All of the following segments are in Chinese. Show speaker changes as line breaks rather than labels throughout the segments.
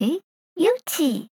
诶 y u t i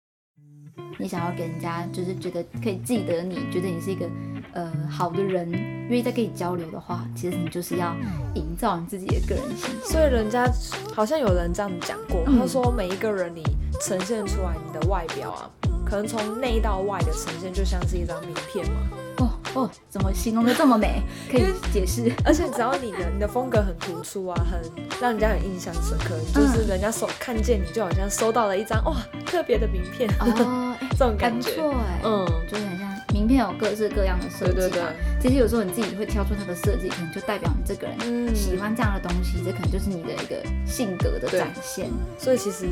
你想要给人家就是觉得可以记得你，觉得你是一个呃好的人，愿意再跟你交流的话，其实你就是要营造你自己的个人形象。
所以人家好像有人这样讲过，
嗯
他说每一个人你呈现出来你的外表啊，可能从内到外的呈现就像是一张名片嘛。
哦哦，怎么形容的这么美？ 可以解释？
而且只要你的你的风格很突出啊，很让人家很印象深刻，就是人家收看见你就好像收到了一张哇特别的名片，
哦，哎
这种
还不
感觉。
错哎，
嗯，
就是很像名片有各式各样的设
对
计嘛。
对对，
其实有时候你自己会挑出它的设计，可能就代表你这个人
嗯，
喜欢这样的东西，这可能就是你的一个性格的
对
展现，。
所以其实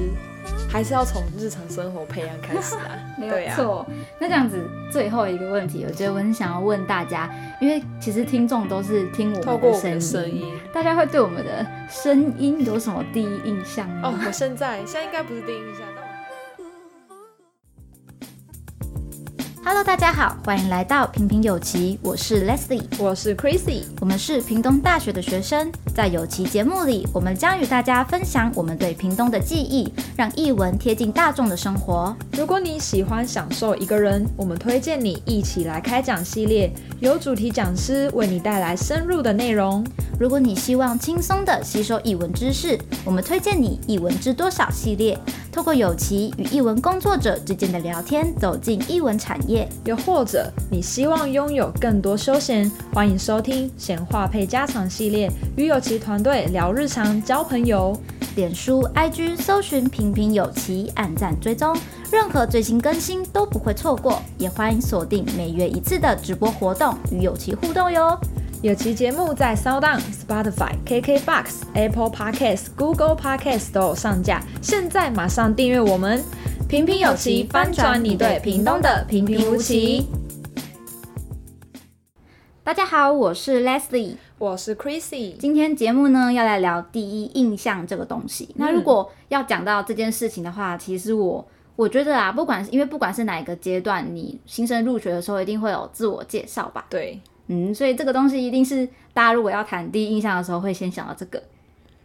还是要从日常生活培养开始啊
没
对
有
啊，
错。那这样子，最后一个问题，我觉得我很想要问大家，因为其实听众都是听我
透
们
过
的
我们的声
声音，
音。
大家会对我们的声音有什么第一印象吗？
哦，我现在现在应该不是第一印象，但我
Hello，大家好，欢迎来到平平有奇，我是 Leslie，
我是 Crazy，
我们是屏东大学的学生。在有奇节目里，我们将与大家分享我们对屏东的记忆，让译文贴近大众的生活。
如果你喜欢享受一个人，我们推荐你一起来开讲系列，由主题讲师为你带来深入的内容。
如果你希望轻松的吸收译文知识，我们推荐你《译文知多少》系列，透过有奇与译文工作者之间的聊天，走进译文产业。
又或者你希望拥有更多休闲，欢迎收听《闲话配家常》系列，与有其团队聊日常、交朋友。
脸书、IG 搜寻“平平有奇”，按赞追踪，任何最新更新都不会错过。也欢迎锁定每月一次的直播活动，与有奇互动哟。
有其节目在 s o u n Spotify、KKBox、Apple Podcasts、Google Podcasts 都有上架，现在马上订阅我们。平平有奇，翻转你对屏东的平平无奇。。
大家好，我是 Leslie。
我是 Chrissy，
今天节目呢要来聊第一印象这个东西。那如
嗯
果要讲到这件事情的话，其实我我觉得啊，不管是因为不管是哪一个阶段，你新生入学的时候一定会有自我介绍吧。
对，
嗯，所以这个东西一定是大家如果要谈第一印象的时候会先想到这个。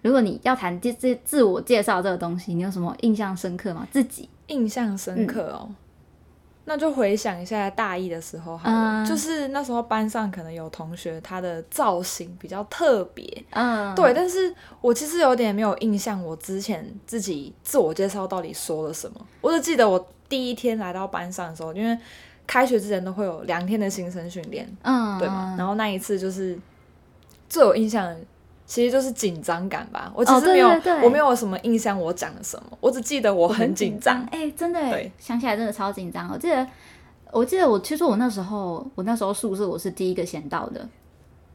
如果你要谈这这自我介绍这个东西，你有什么印象深刻吗？自己
印象深刻哦。
嗯
那就回想一下大一的时候好了，
嗯
就是那时候班上可能有同学他的造型比较特别，
嗯，
对，但是我其实有点没有印象，我之前自己自我介绍到底说了什么。我只记得我第一天来到班上的时候，因为开学之前都会有两天的新生训练，
嗯，
对吗？然后那一次就是最有印象的，其实就是紧张感吧。我其
哦
实
对
没有，
对对
我没有什么印象我讲了什么，我只记得我很紧张。
哎、真的哎
对，
想起来真的超紧张。我记得，我记得我其实我那时候，我那时候宿舍我是第一个先到的，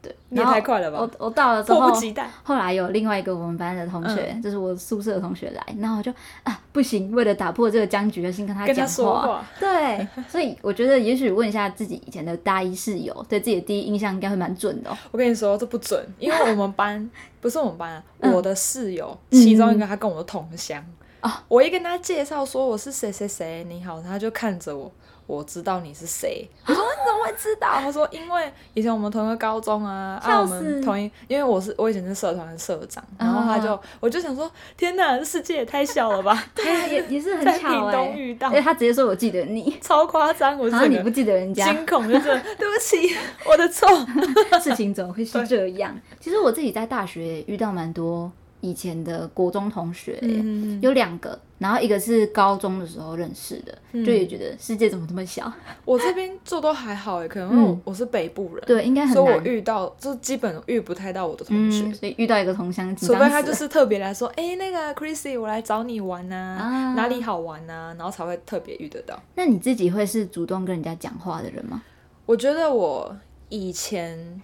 对，
你也
然后
太快了吧
我我到了之
迫
后
不，及嗯待，
后来有另外一个我们班的同学，就是我宿舍的同学来，然后我就啊不行，为了打破这个僵局，就先跟他
跟
讲
他说话，
对，所以我觉得也许问一下自己以前的大一室友，对自己的第一印象应该会蛮准的、哦。
我跟你说这不准，因为我们班 不是我们班、啊，
嗯
我的室友
嗯
其中一个他跟我同乡
啊，
我一跟他介绍说我是谁谁谁，你好，他就看着我，我知道你是谁。 我说你怎么会知道？他说因为以前我们同一个高中啊，啊
笑
我
死啊
们同一，因为我是我以前是社团的社长，然后他就我就想说天哪，这世界也太小了吧，
对，哎也也是很
在
巧
屏
哎、
东遇到
因为他直接说我记得你，
超夸张，我
然后
这
啊你不
个
记得人家，嗯
惊恐，就是对不起，我的错。
事情怎么会是这样？其实我自己在大学也遇到蛮多以前的国中同学耶、
嗯
有两个，然后一个是高中的时候认识的，
嗯
就也觉得世界怎么这么小？
我这边做都还好哎，可能因为我
嗯
我是北部人。
对，应该很
所以我
难。
遇到就基本遇不太到我的同学，
嗯，所以遇到一个同乡，紧
除
张
非他
死
就
了
是特别来说，哎、那个 Chrissy，我来找你玩呐、
啊
哪里好玩呐、然后才会特别遇得到。
那你自己会是主动跟人家讲话的人吗？
我觉得我以前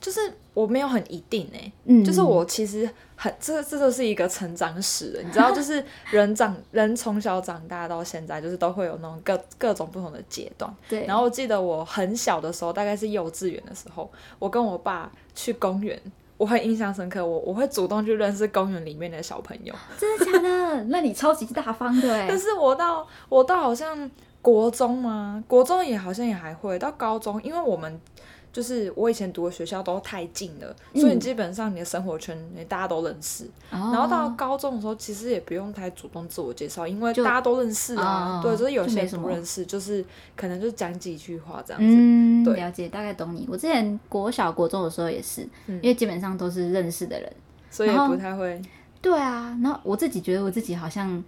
就是我没有很一定哎、
嗯，
就是我其实很这这就是一个成长史了，你 知道，就是人长人从小长大到现在，就是都会有那种各各种不同的阶段。
对，
然后我记得我很小的时候，大概是幼稚园的时候，我跟我爸去公园，我很印象深刻。我我会主动去认识公园里面的小朋友，
真的假的？那你超级大方的哎
但，是我到我到好像国中嘛，国中也好像也还会到高中，因为我们就是我以前读的学校都太近了，
嗯
所以你基本上你的生活圈你大家都认识。
然
然后到高中的时候，其实也不用太主动自我介绍，因为
就
大家都认识
哦。
啊对，就是有
就没
些
什
不
么
认识，就是可能就讲几句话这样子。
嗯，
对
了解，大概懂你。我之前国小、国中的时候也是，
嗯
因为基本上都是认识的人。
所以也
然后
不太会
对啊，然后我自己觉得我自己好像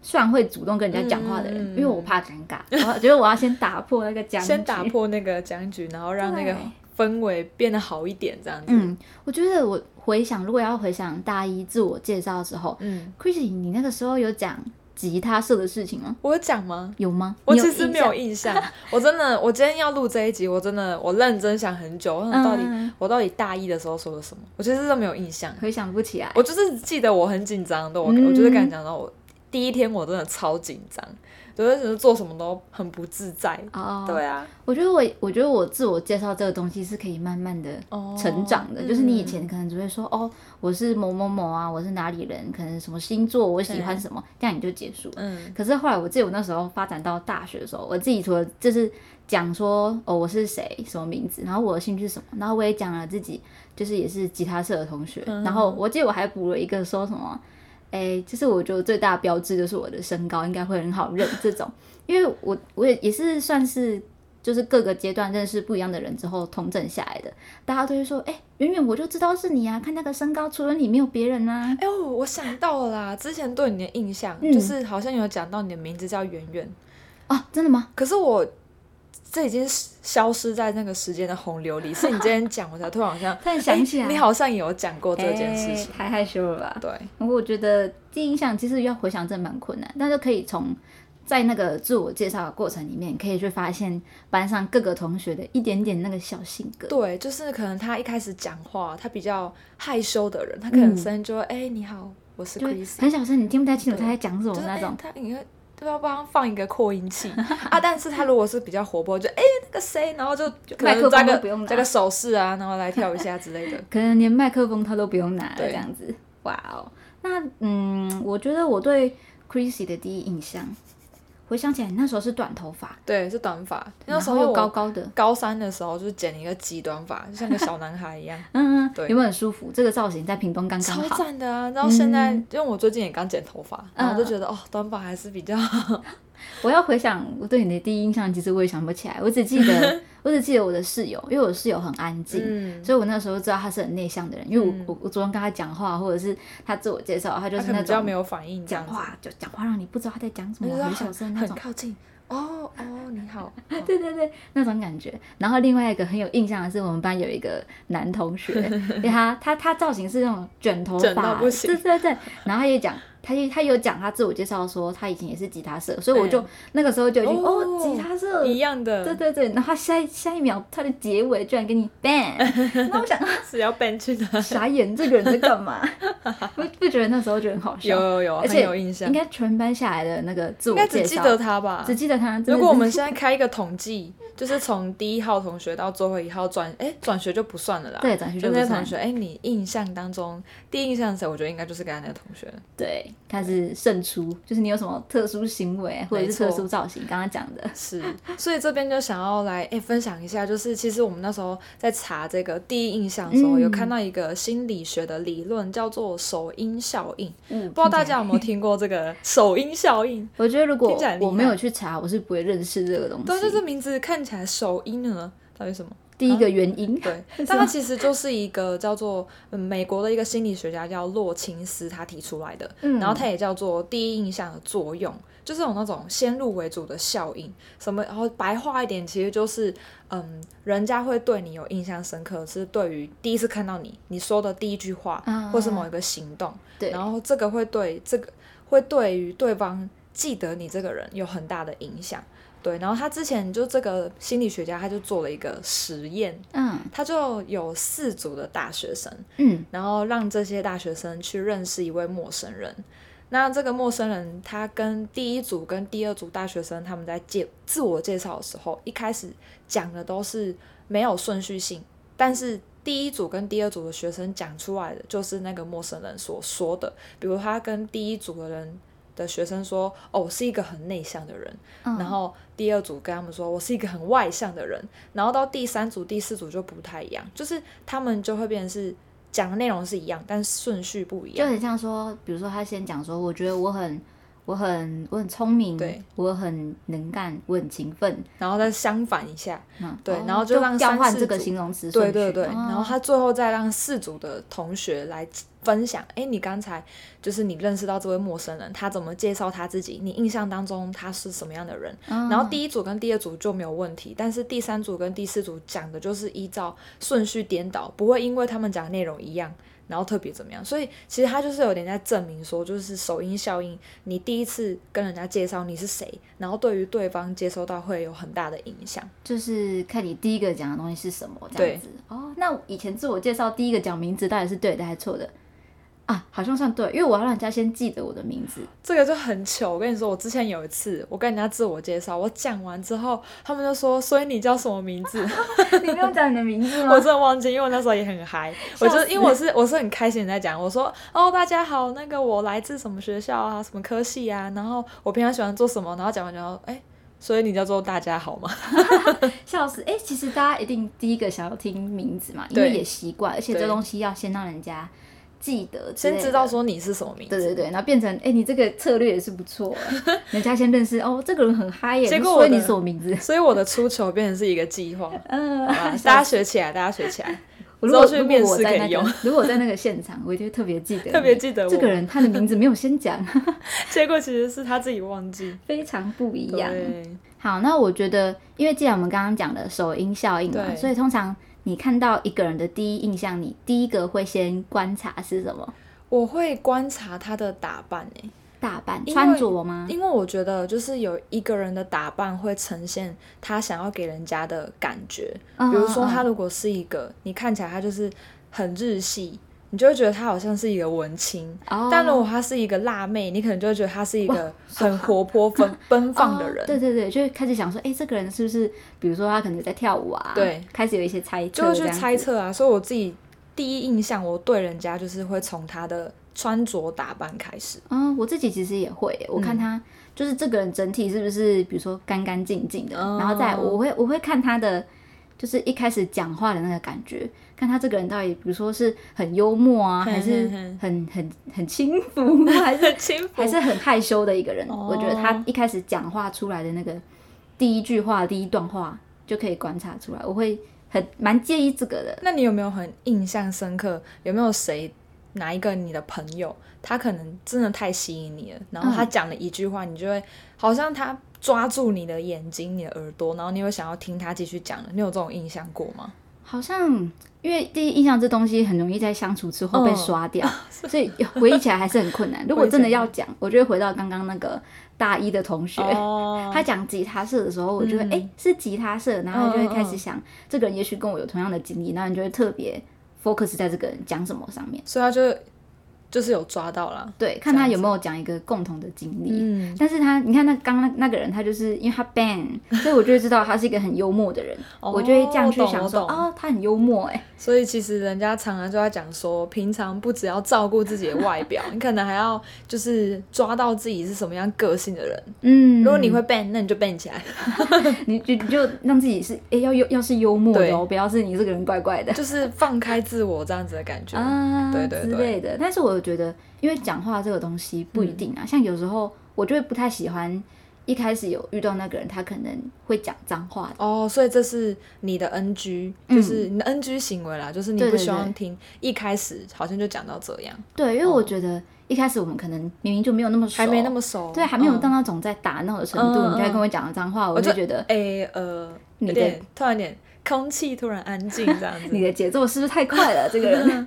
算会主动跟人家讲话的人，
嗯
因为我怕尴尬，我觉得我要先打破那个僵局。
先打破那个僵局，然后让那个
对
氛围变得好一点这样子。
嗯，我觉得我回想，如果要回想大一自我介绍的时候
嗯，
，Chrissy，你那个时候有讲吉他社的事情吗？
我有讲吗？
有吗？
我
你
其实
印
没有
象
印象， 我真的，我今天要录这一集，我真的，我认真想很久，我想到底、
嗯
我到底大一的时候说了什么，我其实真的没有印象，
回想不起来。
我就是记得我很紧张的，我、
嗯
我就是跟你讲到我第一天我真的超紧张，就是觉得做什么都很不自在，
哦，
对啊，
我觉得我，我觉得我自我介绍这个东西是可以慢慢的
哦
成长的，就是你以前
嗯
可能只会说哦，我是某某某啊，我是哪里人，可能什么星座，我喜欢什么，这样你就结束了。
嗯
可是后来我记得我那时候发展到大学的时候，我自己除了就是讲说哦我是谁什么名字，然后我的兴趣是什么，然后我也讲了自己就是也是吉他社的同学，
嗯
然后我记得我还补了一个说什么。哎，就是我觉得最大的标志就是我的身高应该会很好认这种，因为我我也也是算是就是各个阶段认识不一样的人之后统整下来的，大家都会说，哎，远远我就知道是你啊，看那个身高，除了你没有别人啊。
哎呦，我想到了啦，之前对你的印象、
嗯
就是好像有讲到你的名字叫圆圆，
哦，真的吗？
可是我这已经消失在那个时间的洪 流里，是你今天讲，我才突然好像
突然想起来
诶你好像也有讲过这件事情
哎。太害羞了吧？
对，
不过我觉得第一印象其实要回想真的蛮困难，但是可以从在那个自我介绍的过程里面，可以去发现班上各个同学的一点点那个小性格。
对，就是可能他一开始讲话，他比较害羞的人，他可能
嗯
声音就会，哎、你好，我是
就会
Chris，
很小声，你听不太清楚
对
他在讲什么
就是
那
哎、
种。
他你看。对吧？帮他放一个扩音 器啊！但是他如果是比较活泼，就哎、那个谁，然后就可
麦克
能
风
加
都不用
个
拿
加个手势啊，然后来跳一下之 类的。
可能连麦克风他都不用拿了
对
这样子。哇哦，那嗯，我觉得我对 Chrissy 的第一印象，回想起来那时候是短头发，
对，是短发。那
然
时
后
候
又
我
高高的，
高三的时候就是剪了一个极短发，就像个小男孩一 样，
嗯嗯，
对
有没有很舒服？这个造型在屏东刚刚
超
好。
赞的啊！然后现在，
嗯
因为我最近也刚剪头发，然后就觉得、哦，短发还是 比较
我要回想我对你的第一印象，其实我也想不起来，我只记 得我只记得我的室友，因为我的室友很安静。
嗯，
所以我那时候知道他是很内向的人，因为我、
嗯
我我主动跟他讲话，或者是他自我介绍，他就
他可
是
能
那
比较没
种
有反应这
讲
样子，
话就讲话让你不知道他在讲什
就
么，
是
很
很
小声那
很
种。
靠近。哦哦，你 好，哦
对对对，那种感觉。然后另外一个很有印象的是，我们班有一个男同 学，因为他他他造型是那种卷头
卷到
发，
不行
对对对。然后他也讲，他也他有讲他自我介绍说他以前也是吉他社，所以我就、
嗯
那个时候就已经哦
哦
吉他社。
一样的，
对对对，然后他下一下一秒，他的结尾居然给你 ban，那我想
是要 ban 去 的，
傻眼，这个人在干 嘛？不不觉得那时候觉得很好笑，
有有有，
而
很
且
有印象
应，该全班下来的那个自
应
我
该只
介
记
绍，
得他吧。
只记得他。真的
如果我
是
们现在开一个统计，就是从第一号同学到最后一号转，哎，转学就不算了啦。
对转学就
就
不
那些
算
同学，哎，你印象当中第一印象是谁？我觉得应该就是跟他那个同学了。
对，它是胜出，就是你有什么特殊行为啊或者是特殊造型，刚刚讲的，
是，所以这边就想要来哎、诶分享一下，就是其实我们那时候在查这个第一印象的时
嗯
候，有看到一个心理学的理论叫做首因效应，
嗯，
不知道大家有没有听过这个首因效应？
我觉得如果
听起来很厉害
我没有去查，我是不会认识这个东西。
对，就这名字看起来首因呢，到底什么？
第一个原因，
对，
是
但
吗
它其实就是一个叫做、嗯、美国的一个心理学家叫洛钦斯他提出来的，
嗯
然后它也叫做第一印象的作用，就是有那种先入为主的效应。什么？然后白话一点，其实就是嗯，人家会对你有印象深刻，是对于第一次看到你你说的第一句话，
啊
或是某一个行动，
对
然后这个会对这个会对于对方记得你这个人有很大的影响。对，然后他之前就这个心理学家，他就做了一个实验，
嗯
他就有四组的大学生，
嗯
然后让这些大学生去认识一位陌生人。那这个陌生人，他跟第一组跟第二组大学生他们在介自我介绍的时候，一开始讲的都是没有顺序性，但是第一组跟第二组的学生讲出来的就是那个陌生人所说的，比如他跟第一组的人。的学生说，哦，我是一个很内向的人，
嗯
然后第二组跟他们说哦我是一个很外向的人，然后到第三组、第四组就不太一样，就是他们就会变成是讲的内容是一样，但顺序不一
就
样。
很像说，比如说他先讲说，我觉得我很。我很我很聪明
对，
我很能干，我很勤奋，
然后再相反一下，
嗯，
对
哦
然后就
就
让
调
三
换
四
这个
组
形容词顺
对
序，
对对，
哦
然后他最后再让四组的同学来分享，哎，你刚才就是你认识到这位陌生人，他怎么介绍他自己？你印象当中他是什么样的人？
嗯
然后第一组跟第二组就没有问题，但是第三组跟第四组讲的就是依照顺序颠倒，不会因为他们讲的内容一样，然后特别怎么样。所以其实他就是有点在证明说，就是首因效应，你第一次跟人家介绍你是谁，然后对于对方接收到会有很大的影响。
就是看你第一个讲的东西是什么这样
对
子。哦，那我以前自我介绍第一个讲名字到底是对的还是错的啊？好像算对，因为我要让人家先记得我的名 字。
这个就很糗。我跟你说，我之前有一次，我跟人家自我介绍，我讲完之后，他们就说：“所以你叫什么名字？”
你没有讲你的名字
我真的忘记，因为我那时候也很嗨，我就
笑死
因为我是我是很开心地在讲，我说哦大家好，那个我来自什么学校啊，什么科系啊，然后我平常喜欢做什么，然后讲完讲后，哎，所以你叫做大家好吗？
笑死！哎、其实大家一定第一个想要听名字嘛，因
对
为也习惯，而且这
对
东西要先让人家记得，
先知道。说你是什么名字。
对对对，然后变成哎、诶你这个策略也是不错 啊，人家先认识哦，这个人很嗨耶，
结果
所以
我的
你什么名 字？
所以我的出糗变成是一个计划，好
嗯，
吧
笑
大家学起来，大家学起来。
我如果
之后去
如果
面
我
试
在
可以
那个
用
如果我在那个现场，我一定会特别记得，
特别记得我
这个人他的名字没有先讲，
结果其实是他自己忘记。
非常不一样。
对，
好，那我觉得，因为既然我们刚刚讲的首因效应嘛，
对
所以通常你看到一个人的第一印象，你第一个会先观察是什么？
我会观察他的打扮诶、
打扮、
因为
穿着吗？
因为我觉得，就是有一个人的打扮会呈现他想要给人家的感觉。
嗯
比如说，
嗯嗯
他如果是一个你看起来他就是很日系，你就会觉得他好像是一个文青。
哦
但如果他是一个辣妹，你可能就会觉得他是一
哇
个很活泼、奔 奔放的
哦对
人，
对对，就会开始想说，哎，这个人是不是，比如说他可能在跳舞啊？
对，
开始有一些猜测，
就会去猜。测啊。所以我自己第一印象，我对人家就是会从他的穿着打扮开始。
嗯，我自己其实也会耶，我看
嗯
他、就是这个人整体是不是，比如说干干净净的，
哦
然后再我会我会看他的，就是一开始讲话的那个感觉，看他这个人到底，比如说是很幽默啊，
嘿
还是
嘿嘿
很很很轻浮， 还是
轻浮
还是很害羞的一个人。
哦
我觉得他一开始讲话出来的那个第一句话、第一段话就可以观察出来，我会很蛮介意这个的。
那你有没有很印象深刻？有没有谁哪一个你的朋友，他可能真的太吸引你了，然后他讲了一句话，你就会好像他抓住你的眼睛、你的耳朵，然后你会想要听他继续讲了。你有这种印象过吗？
好像因为第一印象这东西很容易在相处之后被刷掉，
哦
所以回忆起来还是很困难。如果真的要讲，我就会回到刚刚那个大一的同学。
哦
他讲吉他社的时候，我就会哎、
嗯
诶是吉他社，然后就会开
嗯嗯
始想，这个人也许跟我有同样的经历，然后你就会特别 focus 在这个人讲什么上面，
所以他就就是有抓到了。
对，看他有没有讲一个共同的经历。
嗯，
但是他，你看那刚刚那那个人，他就是因为他 ban，所以我就会知道他是一个很幽默的人，
哦
我就会这样去
我懂
想说，
我懂
哦，他很幽默哎、
所以其实人家常常就在讲说，平常不只要照顾自己的外表， 你可能还要就是抓到自己是什么样个性的人。
嗯，
如果你会 ban，那你就 ban 起来。
你就你就让自己是哎、诶要幽要是幽默的哦，
对
不要是你这个人怪怪的
就是放开自我这样子的感觉。
啊
对对对
之类的。但是我觉得，因为讲话这个东西不一
嗯
定啊，像有时候我就会不太喜欢一开始有遇到那个人，他可能会讲脏话的。
哦，所以这是你的 NG，、就是你的 NG 行为啦，就是你
嗯对
不
对
希望
对
听一开始好像就讲到这样，
对，因为我觉得一开始我们可能明明就没有那么熟，
哦还没那么熟，
对，还没有
嗯
到那种在打闹的程度，
嗯嗯
你就还跟我讲脏话，我
我
就
就
觉得
哎、呃，
你
有
的
点突然有点空气突然安静这样
你
子。
的节奏是不是太快了？这个 人，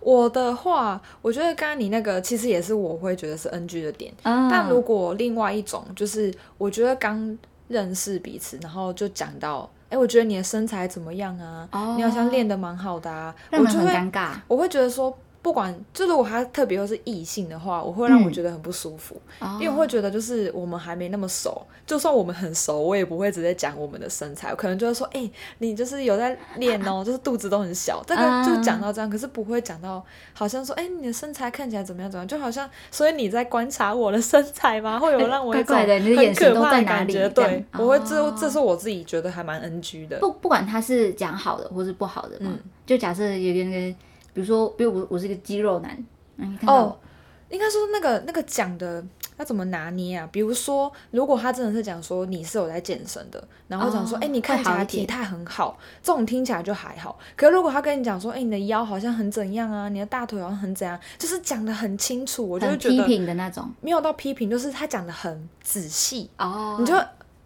我的话，我觉得刚刚你那个其实也是我会觉得是 NG 的点，
啊
嗯但如果另外一种，就是我觉得刚认识彼此，然后就讲到，哎、我觉得你的身材怎么样啊？
哦
你好像练得蛮好的啊，
让
我
人
就
很
会
尴尬。
我会觉得说，不管就如果他特别又是异性的话，我会让我
嗯
觉得很不舒服，
哦
因为我会觉得就是我们还没那么熟，就算我们很熟，我也不会直接讲我们的身材，我可能就会说，哎、你就是有在练 哦，就是肚子都很小，这
嗯
个就讲到这样，可是不会讲到好像说，哎、你的身材看起来怎么样怎么样，就好像所以你在观察我的身 材吗？会有让我有一种
怪怪的你的
很
眼神
可
都
怕
在
的
哪
感
里
觉，
这样
对，我会这
哦
这是我自己觉得还蛮 NG 的，
不不管他是讲好的或是不好的
嗯
嘛，就假设有个人，比如说，比如我我是一个肌肉男，嗯，你看到
哦，应该说那个那个讲的要怎么拿捏啊？比如说，如果他真的是讲说你是有在健身的，然后讲说，
哦
哎、你看起
会好
来
一
体
点
态很好，这种听起来就还好。可如果他跟你讲说，哎、你的腰好像很怎样啊，你的大腿好像很怎样，就是讲的很清楚，我就会
很
觉
批
得
评的那种
没有到批评，就是他讲的很仔细。
哦，
你就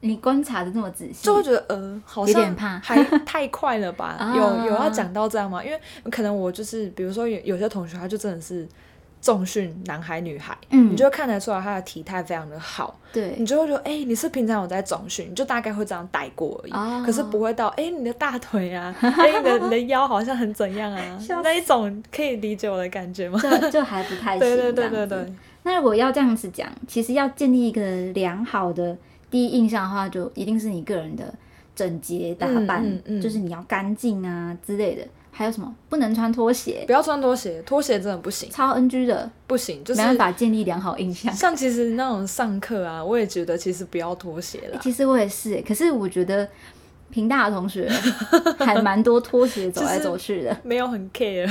你观察的这么仔细，
就会觉得，呃，好像
有点怕
还太快了吧？
啊
有有要讲到这样吗？因为可能我就是，比如说有有些同学，他就真的是重训男孩女孩，
嗯
你就会看得出来他的体态非常的好，你
对
就会觉得，哎、你是平常有在总训，你就大概会这样带过而已，
哦
可是不会到，哎、你的大 腿啊，哎、你的你的腰好像很怎样啊
笑，死
那一种可以理解我的感觉吗？
这这还不太行。
对对对
这
对
样子
对，
那如果要这样子讲，其实要建立一个良好的第一印象的话，就一定是你个人的整洁打扮，
嗯嗯嗯
就是你要干净啊之类的。还有什么不能穿拖鞋，
不要穿拖鞋，拖鞋真的不行，
超 NG 的，
不行，就是
没办法建立良好印象。
像其实那种上课啊，我也觉得其实不要拖鞋
欸
啦。
其实我也是欸，可是我觉得平大的同 学还蛮多拖鞋走来走去的，
没有很 care，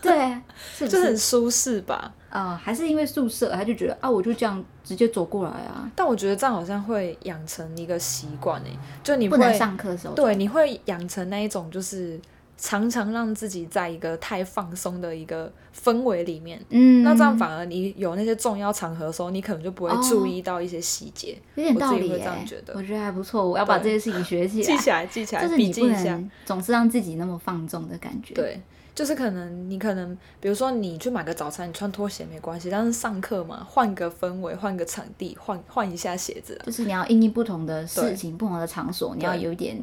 对，啊是不
就是很？舒适吧。
啊、还是因为宿舍，他就觉得啊，我就这样直接走过来啊，
但我觉得这样好像会养成一个习惯诶，就你
不
会
能上课的时候走。
对，你会养成那一种就是常常让自己在一个太放松的一个氛围里面。
嗯，
那这样反而你有那些重要场合的时候，你可能就不
哦
会注意到一些细节，
有点道
我自
理
己会
耶、
这样觉得
我觉得还不错，我要把这
对
些事情学起
记
来。
起来，记起来
啊就，是
笔
你
记
不
一下。
能总是让自己那么放纵的感觉。，
对，就是可能你可能，比如说你去买个早餐，你穿拖鞋没关系，但是上课嘛，换个氛围，换个场地，换换一下鞋子啊、
就是你要应应不同的事
对
情、不同的场所，你要
对嗯
有一点，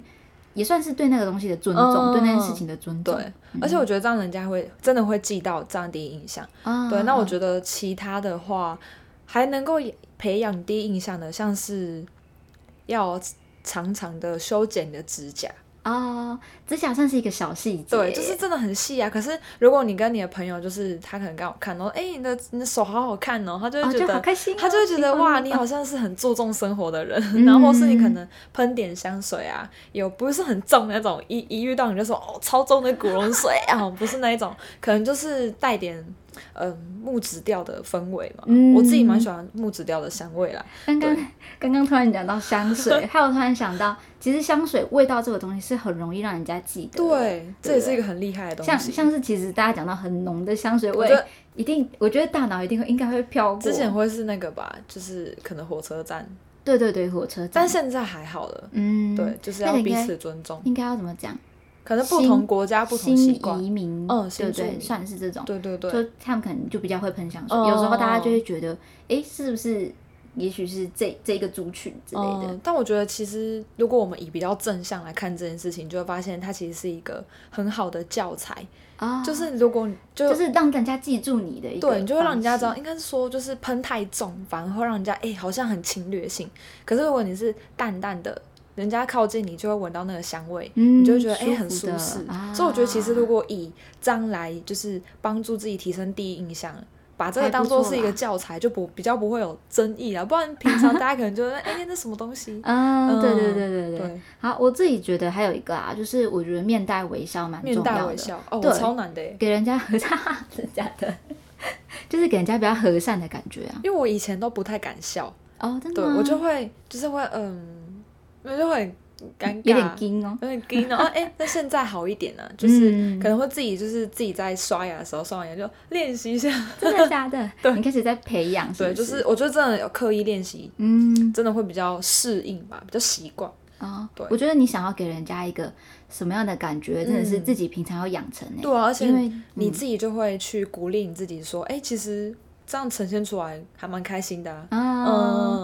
也算是对那个东西的尊重，对那嗯件事情的尊重。
对，而且我觉得这样人家会真的会记到这样第一印象。
啊，
对，那我觉得其他的话还能够培养第一印象的，像是要常常的修剪你的指甲，
哦，指甲算是一个小细节，哦
对，就是真的很细啊。可是如果你跟你的朋友，就是他可能刚好看，然后哎、你的你的手好好看哦，他就
哦，
会觉
就
得
好。开心哦、
他就会觉得哇，你
好，
好像是很注重生活的人，
嗯
然后或是你可能喷点香水啊，有不是很重那种，一一遇到你就说哦超重的古龙水啊，不是那一种，可能就是带点嗯、木质调的氛围嘛。
嗯
我自己蛮喜欢木质调的香味啦，
刚刚刚刚突然讲到香 水，还有突然想到，其实香水味道这个东西是很容易让人家记得的。
对，这也是一个很厉害的
像
东西。
像是其实大家讲到很浓的香水
我
味
觉得，
一定我觉得大脑一定会应该会飘过。
之前会是那个吧，就是可能火车站，
对对对，火车站，
但现在还好了。
嗯，
对，就是
那
要
个应
彼
该
此尊重，
应该要怎么讲？
可能不
新
同国家不同习
新
惯。
移民，
嗯新
对
住
对，
民
算是这种。
对对对，
就他们可能就比较会喷香水，
哦
有时候大家就会觉得，诶，是不是？也许是这这一个族群之类的，
嗯但我觉得其实如果我们以比较正向来看这件事情，就会发现它其实是一个很好的教材。
啊，
就是如果你就、
就是让人家记住你的一个，
对，你就会让人家知道，。应该是说就是喷太重，反而会让人家哎、诶好像很侵略性。可是如果你是淡淡的，人家靠近你就会闻到那个香味。
嗯，
你就会觉得哎、
诶
诶很舒适，
啊、
所以我觉得其实如果以这样来就是帮助自己提升第一印象，把这个
还不
当做
错
是一个
啦
教材，就不比较不会有争议啊。不然平常大家可能就哎、那什么东西，
嗯，对对对
嗯
对对。
对，
好，我自己觉得还有一个啊，就是我觉得面带微笑蛮重
面
要的，
带微笑哦，
对
我超难的耶，
给人家和善，真的假的？ 就是给人家比较和善的感觉啊。
因为我以前都不太敢笑，
哦，真
对
的吗？
我就会就是会嗯，我就会很尴尬，
有点惊哦。
有点惊然后 哎，那现在好一点了，就是
嗯
可能会自己就是自己在刷牙的时候刷完牙就练习一下，
真的假的？对，你开始在培养，
对，
不
就是我觉得真的有刻意练习，
嗯
真的会比较适应吧，比较习惯。
哦，
对
我觉得你想要给人家一个什么样的感觉，真的是
嗯
自己平常要养成欸诶、
对啊，而且
因为
你
嗯
自己就会去鼓励你自己说，哎，其实这样呈现出来还蛮开心的啊。
啊，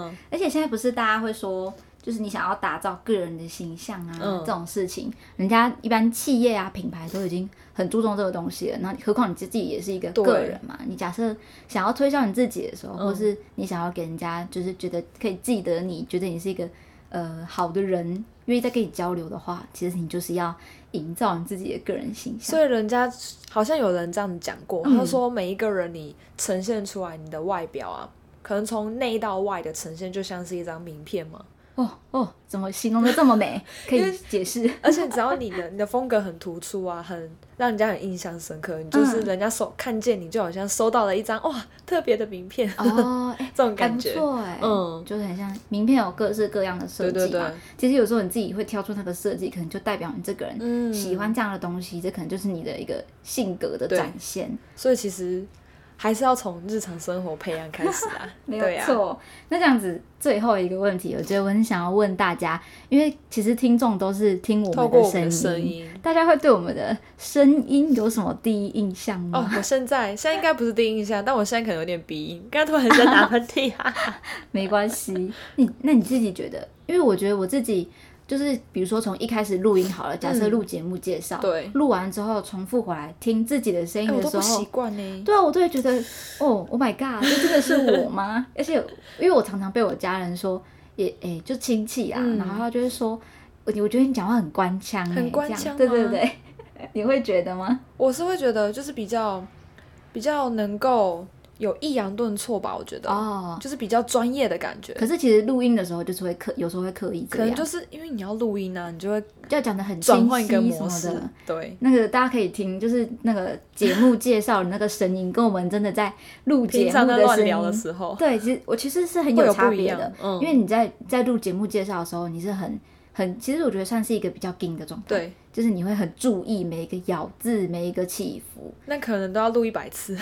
嗯，
而且现在不是大家会说，就是你想要打造个人的形象啊、
嗯
这种事情，人家一般企业啊、品牌都已经很注重这个东西了，那何况你自己也是一个
对
个人嘛。你假设想要推销你自己的时候，
嗯
或是你想要给人家就是觉得可以记得你，觉得你是一个呃好的人，愿意再跟你交流的话，其实你就是要营造你自己的个人形象。
所以人家好像有人这样讲过，
嗯
他说每一个人你呈现出来你的外表啊，可能从内到外的呈现就像是一张名片嘛。
哦哦，怎么形容的这么美？可以解 释。
而且只要 你的你的风格很突出啊，很让人家很印象深刻，你就是
嗯
人家收看见你就好像收到了一张哇特别的名片，
哦，哎、
这种
还
感
不
觉。
错哎、
嗯
就是很像名片有各式各样的设计嘛。
对对对
其实有时候你自己会挑出那个设计，可能就代表你这个人
嗯
喜欢这样的东西，这可能就是你的一个性格的
对
展现。
所以其实还是要从日常生活培养开始啊，
没
对
有
啊，
错。那这样子，最后一个问题，我觉得我很想要问大家，因为其实听众都是听我
透
们
过
的
我们
声
的
音，
声音。
大家会对我们的声音有什么第一印象吗？
哦，我现在现在应该不是第一印象，但我现在可能有点鼻音，刚刚突然在打喷嚏啊。
没关系，你那你自己觉得？因为我觉得我自己就是，比如说从一开始录音好了，假
嗯
设录节目介绍，
对
录完之后重复回来听自己的声音
哎我
的
都
时
不
候，
习惯呢。
对啊，我都会觉得，哦，Oh my god，这真的是我 吗？而且，因为我常常被我家人说，也诶、就亲戚啊，
嗯
然后他就会说，我我觉得你讲话很官腔、欸，
很官
这样
腔
对对
吗
对， 你会觉得吗？
我是会觉得就是比较比较能够有抑扬顿挫吧，我觉得，
哦，
就是比较专业的感觉。
可是其实录音的时候就是会刻，有时候会刻意这
可
样，
能就是因为你要录音啊，你就会
就要讲的很
转
清
换
晰
一个模
什么
式
的。。
对，
那个大家可以听，就是那个节目介绍的那个声音，跟我们真的在录节
平
目
常在乱
声
聊的
音，
时候，
对，其实我其实是很
会有
差
不一
别
样
的，
嗯
因为你在在录节目介绍的时候，你是很很，其实我觉得算是一个比较硬的状态，，
对，
就是你会很注意每一个咬字，每一个起伏，
那可能都要录一百次。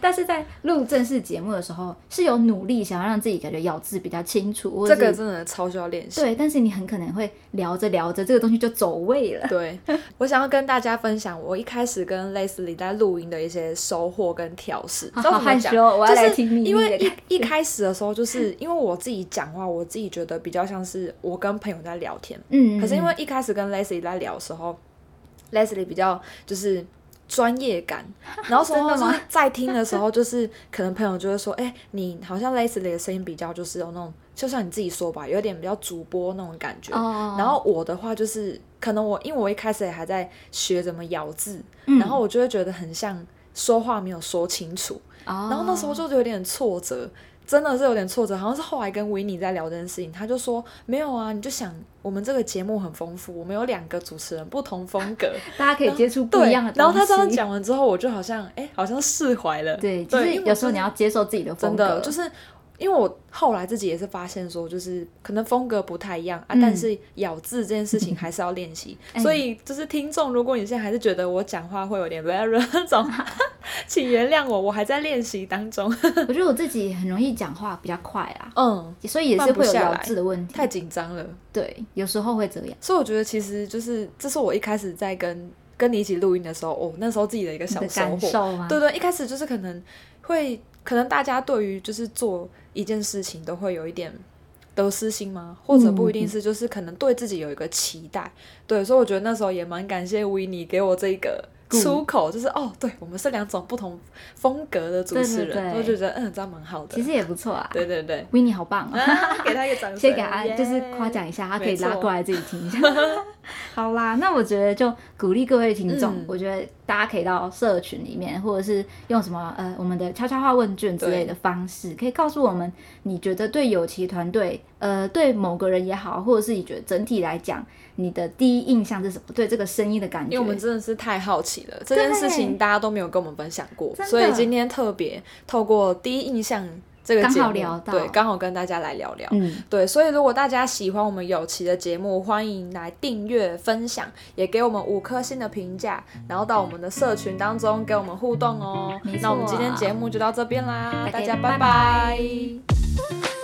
但是在录正式节目的时候，是有努力想要让自己感觉咬字比较清楚，或
这
者
个
是
真的超需要练习。
对，但是你很可能会聊着聊着，这个东西就走位了，
对，我想要跟大家分享我一开始跟 Leslie 在录音的一些收获跟调 试。
好
知道
好
怎么
害
讲
羞，我要来
就是
听秘密
因为
的感
一一开始的时候，就是因为我自己讲话，我自己觉得比较像是我跟朋友在聊天。
嗯，
可是因
嗯
为一开始跟 Leslie 在聊的时候，Leslie 比较就是专业感，然 后
真
说
的吗
就是在听的时候，就是可能朋友就会说，哎、你好像 Leslie 的声音比较就是有那种，就像你自己说吧，有点比较主播那种感觉。
哦，
然后我的话就是，可能我因为我一开始也还在学怎么咬字，
嗯
然后我就会觉得很像说话没有说清楚，然
然
后那时候就有点挫折，真的是有点挫折。好像是后来跟维尼在聊这件事情，他就说没有啊，你就想我们这个节目很丰富，我们有两个主持人不同风 格，
大家可以接触不
对
一样的东西。
然后他这样，讲完之后，我就好像哎、好像释怀了。
对，就
对
是
因为
有时候
我真的
你要接受自己的风
真
格，
的就是。因为我后来自己也是发现说，就是可能风格不太一样啊，
嗯
但是咬字这件事情还是要练习。
哎
所以就是听众，如果你现在还是觉得我讲话会有点 very 那种，请原谅我，我还在练习当中。
我觉得我自己很容易讲话比较快啦，
嗯，
所以也是
慢不
会有
下
咬
来
字的问题
太。紧张了。
对，有时候会这样。
所以我觉得其实就是，这是我一开始在跟跟你一起录音的时候，哦，那时候自己的一个
你
小
的
收
感
获。
受啊吗？
对对，一开始就是可能会，可能大家对于就是做一件事情都会有一点得失心吗？或者不一
嗯
定是，就是可能对自己有一个期待。对，所以我觉得那时候也蛮感谢维尼给我这一个。
鼓
出口就是哦，对我们是两种不同风格的主持
对对
人，
对
我就觉得嗯，这样蛮好的。
其实也不错啊。
对对 对，
维尼好棒哦！
啊给他一个 掌声，
先给他就是
耶
夸奖一下，他可
没
以拉
错
过来自己听一 下。好啦，啊那我觉得就鼓励各位听众，
嗯
我觉得大家可以到社群里面，或者是用什么呃我们的悄悄话问卷之类的方式，可以告诉我们你觉得对友奇团队，呃，对某个人也好，或者是你觉得整体来讲，你的第一印象是什么？对这个声音的感觉，
因为我们真的是太好奇了，这件事情大家都没有跟我们分享过，
真的
所以今天特别透过第一印象这个节目，
刚好聊到
对，刚好跟大家来聊聊。
嗯，
对，所以如果大家喜欢我们有奇的节目，欢迎来订阅、分享，也给我们五颗星的评价，然后到我们的社群当中给我们互动哦
没错。啊
那我们今天节目就到这边啦，
大
大
家
家
拜
拜拜
拜